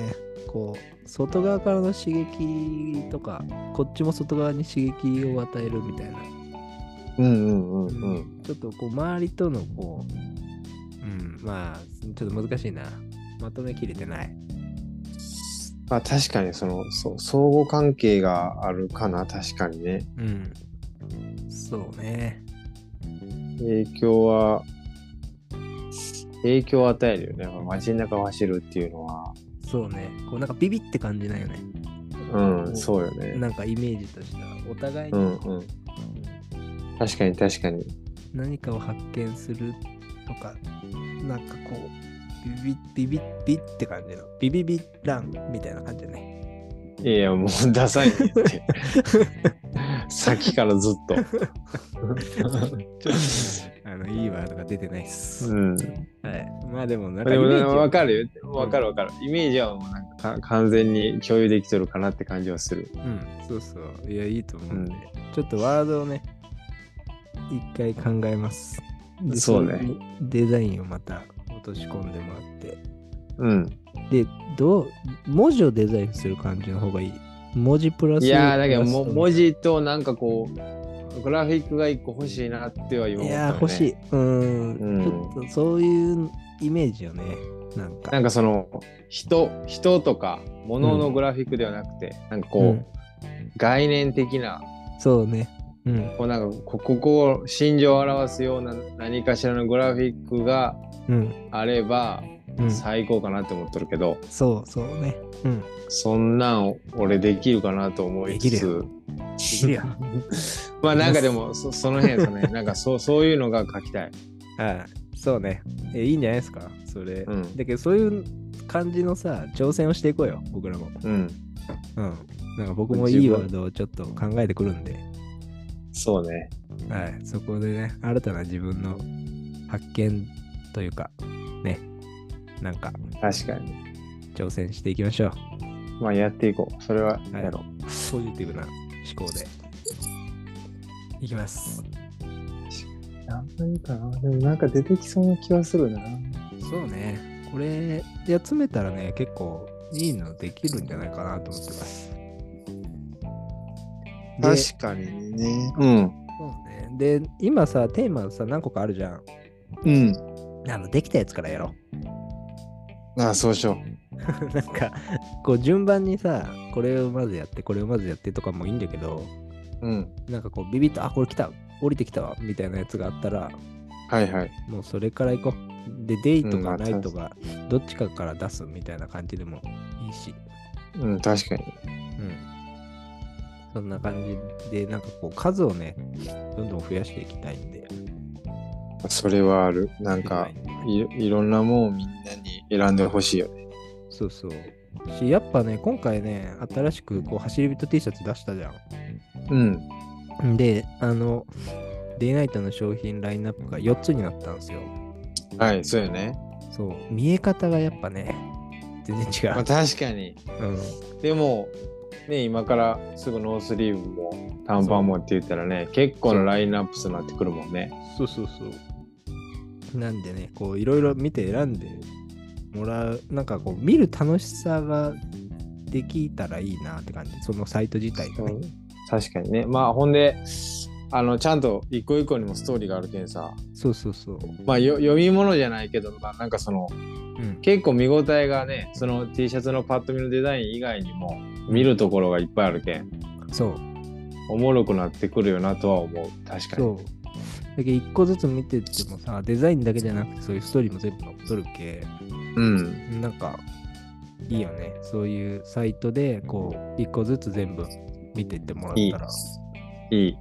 [SPEAKER 1] こう、外側からの刺激とか、こっちも外側に刺激を与えるみたいな。
[SPEAKER 2] うんうんうんうん
[SPEAKER 1] ちょっとこう、周りとのこう、うん、まあ、ちょっと難しいな。まとめきれてない。
[SPEAKER 2] まあ確かにそのそ相互関係があるかな確かにね
[SPEAKER 1] うん。そうね。
[SPEAKER 2] 影響は影響を与えるよねやっぱ街の中を走るっていうのは
[SPEAKER 1] そうね。こう、なんかビビって感じないよね。
[SPEAKER 2] うんそうよね
[SPEAKER 1] なんかイメージとしては。お互いうに
[SPEAKER 2] んうん確かに確かに
[SPEAKER 1] 何かを発見するとかなんかこうビビビビビって感じのビビビランみたいな感じだね
[SPEAKER 2] いやもうダサい ねってさっきからずっ と
[SPEAKER 1] あのいいワードが出てないっす、
[SPEAKER 2] うん
[SPEAKER 1] はいまあでもなんか
[SPEAKER 2] でも
[SPEAKER 1] イメージは
[SPEAKER 2] 分かるよ分かる分かるイメージはもうなんかか完全に共有できとるかなって感じはする
[SPEAKER 1] うんそうそういやいいと思うんで、
[SPEAKER 2] うん
[SPEAKER 1] ちょっとワードをね一回考えますで
[SPEAKER 2] そうね
[SPEAKER 1] れにデザインをまた落とし込んでもらって
[SPEAKER 2] うん
[SPEAKER 1] でどう文字をデザインする感じの方がいい文字プラス
[SPEAKER 2] いやーだけど
[SPEAKER 1] イラストみ
[SPEAKER 2] も
[SPEAKER 1] たいな
[SPEAKER 2] 文字となんかこうグラフィックが一個欲しいなっては今思
[SPEAKER 1] い
[SPEAKER 2] ったよね
[SPEAKER 1] やー欲しい。うーん,、
[SPEAKER 2] うん
[SPEAKER 1] ちょっとそういうイメージよね。なんか。
[SPEAKER 2] なんかその人人とか物のグラフィックではなくて、なんかこう、
[SPEAKER 1] うん
[SPEAKER 2] 概念的な
[SPEAKER 1] そうね。うん。
[SPEAKER 2] こうなんかこここを心情を表すような何かしらのグラフィックが
[SPEAKER 1] うん。
[SPEAKER 2] あれば
[SPEAKER 1] うん、
[SPEAKER 2] 最高かなって思っとるけど、
[SPEAKER 1] そうそうね。うん。
[SPEAKER 2] そんなん俺できるかなと思いつ
[SPEAKER 1] できる
[SPEAKER 2] つ
[SPEAKER 1] きるよ
[SPEAKER 2] まあなんかでもそその辺その辺 なんかそうそういうのが書きたい、
[SPEAKER 1] ああそうねえ。いいんじゃないですか、それ。
[SPEAKER 2] うん
[SPEAKER 1] だけど、そういう感じのさ、挑戦をしていこうよ、僕らも。
[SPEAKER 2] うん、
[SPEAKER 1] うん。なんか僕もいいワードをちょっと考えてくるんで、
[SPEAKER 2] そうね
[SPEAKER 1] はい。そこでね、新たな自分の発見というか、ね。なんか、
[SPEAKER 2] 確かに
[SPEAKER 1] 挑戦していきましょう。
[SPEAKER 2] まあやっていこうそれはやろ
[SPEAKER 1] ポジティブな思考で。いきます。
[SPEAKER 2] う、なんかいいかなでもなんか出てきそうな気はするな
[SPEAKER 1] そうね。これ、いや詰めたらね、結構いいのできるんじゃないかなと思ってます。でそ
[SPEAKER 2] 確かにねうん
[SPEAKER 1] うね。で、今さ、テーマさ、何個かあるじゃん。
[SPEAKER 2] うん
[SPEAKER 1] あの、できたやつからやろ
[SPEAKER 2] ああそうしよ
[SPEAKER 1] う。 なんか、こう、順番にさ、これをまずやって、これをまずやってとかもいいんだけど、
[SPEAKER 2] う。うん。
[SPEAKER 1] なんかこう、ビビッと、あ、これ来た、降りてきたわ、みたいなやつがあったら、
[SPEAKER 2] はいはい。
[SPEAKER 1] もうそれから行こう。で、デイと
[SPEAKER 2] うんま
[SPEAKER 1] か
[SPEAKER 2] あ
[SPEAKER 1] ナイトがどっちかから出すみたいな感じでもいいし。
[SPEAKER 2] うん、確かに。
[SPEAKER 1] うん。そんな感じで、なんかこう数をね、どんどん増やしていきたいんで。
[SPEAKER 2] それはある。なんか、いいろんなもんをみんなに選んでほしいよね。
[SPEAKER 1] そうそう。し、やっぱね、今回ね、新しくこう走り人 T シャツ出したじゃ
[SPEAKER 2] うん。
[SPEAKER 1] ん。で、あの、デイナイトの商品ラインナップが4つになったんですよ。
[SPEAKER 2] はい、そうよね。
[SPEAKER 1] そう、見え方がやっぱね、全然違
[SPEAKER 2] まあ
[SPEAKER 1] う。
[SPEAKER 2] 確かに。
[SPEAKER 1] うん
[SPEAKER 2] でも、ね、今からすぐノースリーブも短パンもって言ったらね、結構なラインナップスになってくるもんね。
[SPEAKER 1] そうそうそう。なんでね、こういろいろ見て選んでもらう、なんかこう見る楽しさができたらいいなって感じ、そのサイト自体が、ね。
[SPEAKER 2] 確かにね。まあ、ほんで、あの、ちゃんと一個一個にもストーリーがあるけんさ、
[SPEAKER 1] そうそうそう。
[SPEAKER 2] まあ、よ読み物じゃないけど、まあ、なんかその、
[SPEAKER 1] うん、
[SPEAKER 2] 結構見応えがね、その T シャツのパッと見のデザイン以外にも、見るところがいっぱいあるけん、
[SPEAKER 1] そう。
[SPEAKER 2] おもろくなってくるよなとは思う。確かに。
[SPEAKER 1] そう。だけど一個ずつ見てってもさ、デザインだけじゃなくて、そういうストーリーも全部載っとるけ、
[SPEAKER 2] うん。
[SPEAKER 1] なんか、いいよね。そういうサイトで、こう、一個ずつ全部見てってもら
[SPEAKER 2] いい
[SPEAKER 1] ったら。
[SPEAKER 2] いい。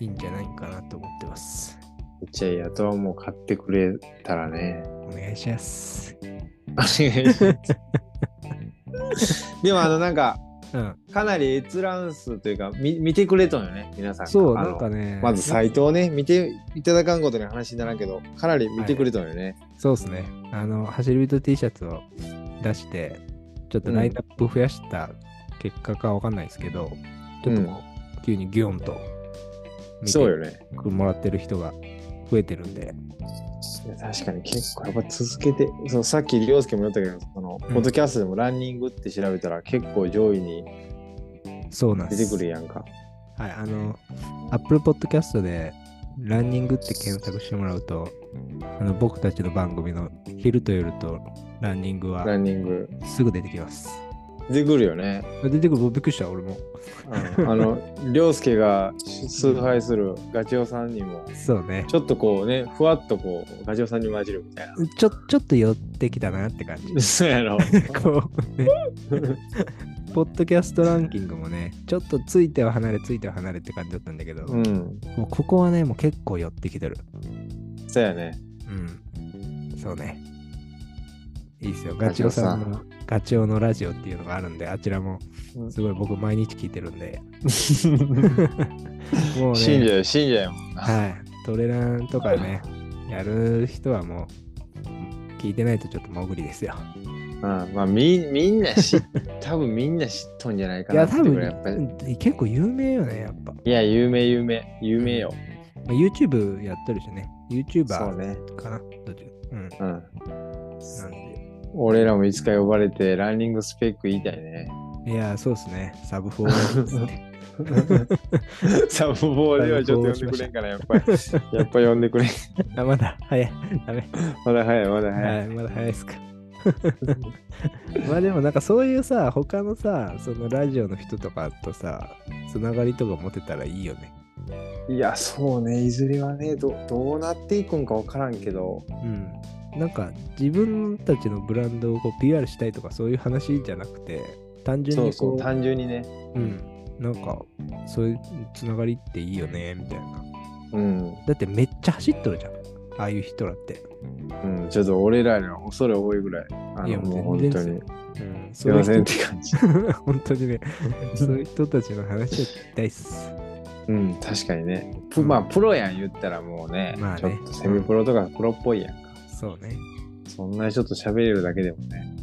[SPEAKER 1] いいんじゃないかなと思ってます。
[SPEAKER 2] めっちゃいい。あとはもう買ってくれたらね。
[SPEAKER 1] お願いします。
[SPEAKER 2] お願いします。 でもあのなんか
[SPEAKER 1] うん。
[SPEAKER 2] かなり閲覧数というかみ見てくれとんよね皆さんが
[SPEAKER 1] そう、
[SPEAKER 2] あの
[SPEAKER 1] なんかね。
[SPEAKER 2] まずサイトをね見ていただかんことには話にならんけどかなり見てくれとんよね、
[SPEAKER 1] そうですね。あの、走り人 T シャツを出して、ちょっとラインナップ増やした結果かわかんないですけど、ちょっともう、急にギュンと、
[SPEAKER 2] そうよね
[SPEAKER 1] 見てもらってる人が増えてるんで、
[SPEAKER 2] いや確かに結構やっぱ続けてそのさっき涼介も言ったけどその、
[SPEAKER 1] うん
[SPEAKER 2] ポッドキャストでもランニングって調べたら結構上位に
[SPEAKER 1] そうなんで
[SPEAKER 2] 出
[SPEAKER 1] す。
[SPEAKER 2] てくるやんか
[SPEAKER 1] はい、あの、Apple Podcast で、ランニングって検索してもらうと、あの僕たちの番組の昼と夜とランニング
[SPEAKER 2] ラ
[SPEAKER 1] は
[SPEAKER 2] ンニング
[SPEAKER 1] すぐ出てきます。
[SPEAKER 2] 出てくるよね、
[SPEAKER 1] 出てくる、びっくりした、俺も。
[SPEAKER 2] うん、あ の涼介が崇拝するガチオさんにも
[SPEAKER 1] そうね。
[SPEAKER 2] ちょっとこうねふわっとこうガチオさんに混じるみたいな
[SPEAKER 1] ちょ、ちょっと寄ってきたなって感じ。
[SPEAKER 2] そうや ろ。
[SPEAKER 1] こう、ね、ポッドキャストランキングもね、ちょっとついては離れ、ついては離れって感じだったんだけど、
[SPEAKER 2] うん。
[SPEAKER 1] もうここはね、もう結構寄ってきてる。
[SPEAKER 2] そうやね。
[SPEAKER 1] うん。そうね。いいっすよ。ガチオさんのガチオのラジオっていうのがあるんで、あちらも
[SPEAKER 2] うん
[SPEAKER 1] すごい僕毎日聞いてるん で。もう
[SPEAKER 2] 信
[SPEAKER 1] ね、
[SPEAKER 2] 者よ、信者やもんな。
[SPEAKER 1] はい。トレランとかね、やる人はもう聞いてないとちょっと潜りですよ。
[SPEAKER 2] うん。まあ、み、みん な知っ、多分みんな知っとんじゃないか
[SPEAKER 1] い
[SPEAKER 2] な
[SPEAKER 1] や、
[SPEAKER 2] って
[SPEAKER 1] 多
[SPEAKER 2] ぐ
[SPEAKER 1] 分
[SPEAKER 2] らい。やっぱり。
[SPEAKER 1] 結構有名よね、やっぱ。ま
[SPEAKER 2] いや、有名、有名、有名よ。
[SPEAKER 1] あ YouTube やってるしね。
[SPEAKER 2] そう
[SPEAKER 1] YouTuber
[SPEAKER 2] ね。
[SPEAKER 1] かな。どっちうん。
[SPEAKER 2] うん。
[SPEAKER 1] なんで。
[SPEAKER 2] 俺らもいつか呼ばれて、ランニングスペック言いた いね。
[SPEAKER 1] いや、そうですね。サブ4ですね。
[SPEAKER 2] サブボーではちょっと呼んでくれんから、やっ ぱり。やっぱ呼んでくれん。
[SPEAKER 1] あ、まだ早い。ダメ。
[SPEAKER 2] まだ早い、まだ早い。
[SPEAKER 1] はい、まだ早いっすか。 まあでもなんかそういうさ、他のさ、そのラジオの人とかとさ、つながりとか持てたらいいよね。
[SPEAKER 2] いや、そうね。いずれはね、どどうなっていくんかわからんけど。
[SPEAKER 1] うん。なんか自分たちのブランドをこう PR したいとかそういう話じゃなくて、単純
[SPEAKER 2] そう
[SPEAKER 1] に
[SPEAKER 2] そ
[SPEAKER 1] こ
[SPEAKER 2] う、
[SPEAKER 1] う、
[SPEAKER 2] 単純にね。
[SPEAKER 1] うん。なんか、そういうつながりっていいよね、みたいな。
[SPEAKER 2] うん。
[SPEAKER 1] だってめっちゃ走っとるじゃん。ああいう人らって。
[SPEAKER 2] うん、ちょっと俺らには恐れ多いぐらい。あ
[SPEAKER 1] いや
[SPEAKER 2] の、もう
[SPEAKER 1] 全
[SPEAKER 2] 本当
[SPEAKER 1] 然
[SPEAKER 2] に。
[SPEAKER 1] うん。
[SPEAKER 2] す
[SPEAKER 1] そ
[SPEAKER 2] いう
[SPEAKER 1] いう
[SPEAKER 2] ませんっ
[SPEAKER 1] 人
[SPEAKER 2] て感じ。
[SPEAKER 1] 本当にね、 そういう人たちの話を聞きたいっす。
[SPEAKER 2] うん、確かにね。
[SPEAKER 1] う
[SPEAKER 2] プ
[SPEAKER 1] ん
[SPEAKER 2] まあ、プロやん言ったらもうね、
[SPEAKER 1] まあね
[SPEAKER 2] ちょっとセミプロとかプロっぽいやんか。
[SPEAKER 1] そうね。
[SPEAKER 2] そんなちょっと喋れるだけでもね、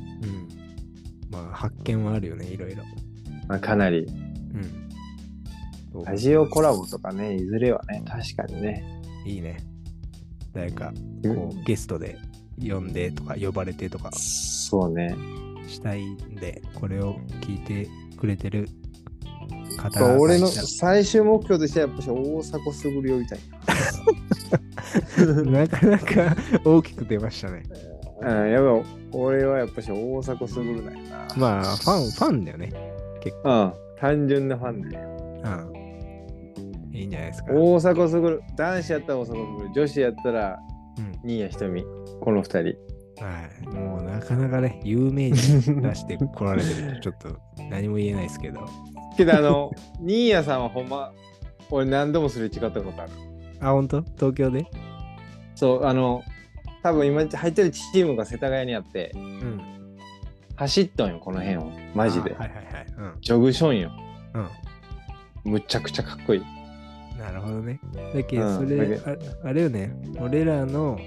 [SPEAKER 1] うん。まあ、発見はあるよね、いろいろ。
[SPEAKER 2] まあ、かなり。
[SPEAKER 1] うん。そう
[SPEAKER 2] ラジオコラボとかね、いずれはね、確かにね。
[SPEAKER 1] いいね。誰か、こう、ゲストで呼んでとか、呼ばれてとか
[SPEAKER 2] そうね。
[SPEAKER 1] したいんで、これを聞いてくれてる方
[SPEAKER 2] そう俺の
[SPEAKER 1] がいた
[SPEAKER 2] 最終目標としては、やっぱし大迫傑呼びたい
[SPEAKER 1] ら なかなか大きく出ましたね。
[SPEAKER 2] な。うん、やっぱ俺はやっぱし大迫傑なんやな。
[SPEAKER 1] まあ、ファン、ファンだよね。
[SPEAKER 2] うん、単純なファンだよ。
[SPEAKER 1] うん。いいんじゃないですか。
[SPEAKER 2] 大迫傑、男子やったら大迫傑、女子やったら
[SPEAKER 1] うん
[SPEAKER 2] 新谷瞳この2
[SPEAKER 1] はい、もうなかなかね、有名人
[SPEAKER 2] 人
[SPEAKER 1] 出してこられてると、ちょっと何も言えないですけど。
[SPEAKER 2] けどあ の新谷さんはほんま俺何度もすれ違ったことある
[SPEAKER 1] あ、本当東京で
[SPEAKER 2] そうあの多分今入ってるチームが世田谷にあって
[SPEAKER 1] うん。
[SPEAKER 2] 走っとんよこの辺をマジで、
[SPEAKER 1] あはいはいはい。
[SPEAKER 2] ジョグションよ
[SPEAKER 1] うん。
[SPEAKER 2] むちゃくちゃかっこいい
[SPEAKER 1] うん。なるほどね。だけ
[SPEAKER 2] うん
[SPEAKER 1] ど、それ、
[SPEAKER 2] だ
[SPEAKER 1] ああれよね、俺らの、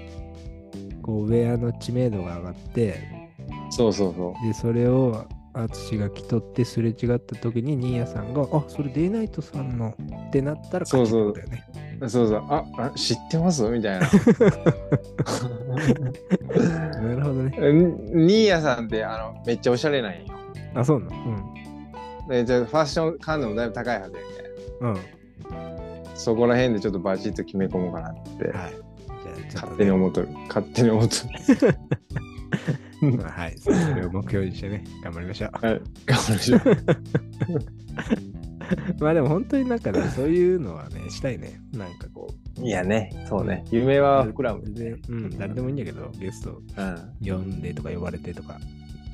[SPEAKER 1] こう、ウェアの知名度が上がって、
[SPEAKER 2] そうそうそ
[SPEAKER 1] で、それを、淳が着とってすれ違った時に、新谷さんが、あ、それデイナイトさんのってなったら、
[SPEAKER 2] そうそう
[SPEAKER 1] 勝ちなんだよね。
[SPEAKER 2] そうそう、あ、あ知ってますみたい な。
[SPEAKER 1] なるほどね。
[SPEAKER 2] んニーヤさんってあのめっちゃおしゃれなんよ。
[SPEAKER 1] あ、そうなの。
[SPEAKER 2] でじゃあファッション感度もだいぶ高いはずやけ
[SPEAKER 1] うん。うん。
[SPEAKER 2] んそこら辺でちょっとバチッと決め込もうかなって
[SPEAKER 1] はい。じゃあ、ちょっ
[SPEAKER 2] 勝
[SPEAKER 1] と、
[SPEAKER 2] 手に
[SPEAKER 1] ね、
[SPEAKER 2] 思っとる。勝手に思っとる。
[SPEAKER 1] まあ はい。それを目標にしてね、頑張りましょう。
[SPEAKER 2] はい頑張りましょ う。
[SPEAKER 1] まあでも本当になんか ね、そういうのはね、したいね。なんかこう。
[SPEAKER 2] いやね、そうね。夢は膨らむ。
[SPEAKER 1] 全然うん、誰でもいいんだけど、ゲスト
[SPEAKER 2] うん。
[SPEAKER 1] 呼んでとか呼ばれてとか。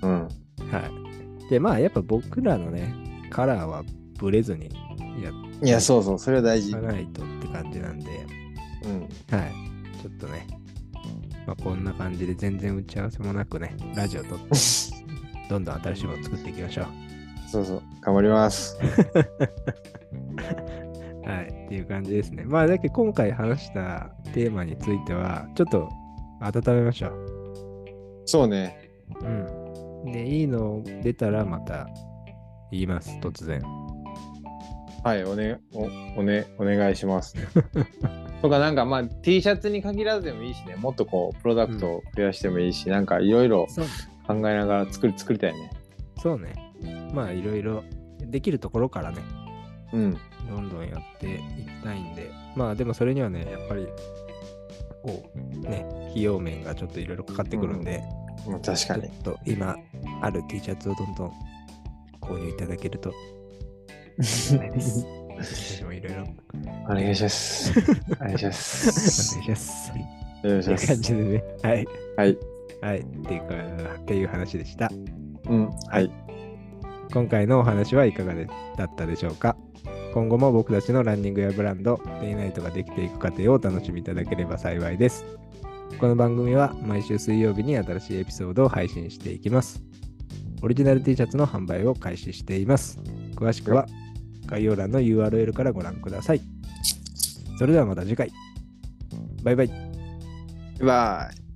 [SPEAKER 2] うん。
[SPEAKER 1] はい。で、まあやっぱ僕らのね、カラーはブレずにや
[SPEAKER 2] いや、そうそう、それは大事。
[SPEAKER 1] らないとって感じなんで、
[SPEAKER 2] うん。
[SPEAKER 1] はい。ちょっとね、まあこんな感じで全然打ち合わせもなくね、ラジオと どんどん新しいもの作っていきましょう。
[SPEAKER 2] そうそう、頑張ります。
[SPEAKER 1] はい、っていう感じですね。まあ、だけど今回話したテーマについては、ちょっと温めましょう。
[SPEAKER 2] そうね。
[SPEAKER 1] うん。で、いいの出たらまた言います、突然。
[SPEAKER 2] はい、おね、お、おね、お願い します。とか、なんかまあ、T シャツに限らずでもいいしね、もっとこう、プロダクトを増やしてもいいし、なんかいろいろ
[SPEAKER 1] そう
[SPEAKER 2] 考えながら作り、作りたいね。
[SPEAKER 1] そうね。まあ、いろいろできるところからね、
[SPEAKER 2] うん。
[SPEAKER 1] どんどんやっていきたいんで、まあ、でもそれにはね、やっぱり、こう、ね、費用面がちょっといろいろかかってくるんで、
[SPEAKER 2] まあ確か
[SPEAKER 1] ちょ
[SPEAKER 2] に。
[SPEAKER 1] っと今ある T シャツをどんどん購入いただけると嬉しいです。私もいろ いろ
[SPEAKER 2] お願いし ます。お願いしま
[SPEAKER 1] お
[SPEAKER 2] す。
[SPEAKER 1] 願いします。
[SPEAKER 2] お願
[SPEAKER 1] とい
[SPEAKER 2] いしま
[SPEAKER 1] う感
[SPEAKER 2] す。
[SPEAKER 1] じでね。はい。
[SPEAKER 2] はい。
[SPEAKER 1] はい。っていうか、っていう話でした。
[SPEAKER 2] うん。はい。
[SPEAKER 1] 今回のお話はいかがでだったでしょうか今後も僕たちのランニングやブランド、デイナイトができていく過程をお楽しみいただければ幸いです。この番組は毎週水曜日に新しいエピソードを配信していきます。オリジナル T シャツの販売を開始しています。詳しくは概要欄の URL からご覧ください。それではまた次回。バイバイ。
[SPEAKER 2] バイバイ。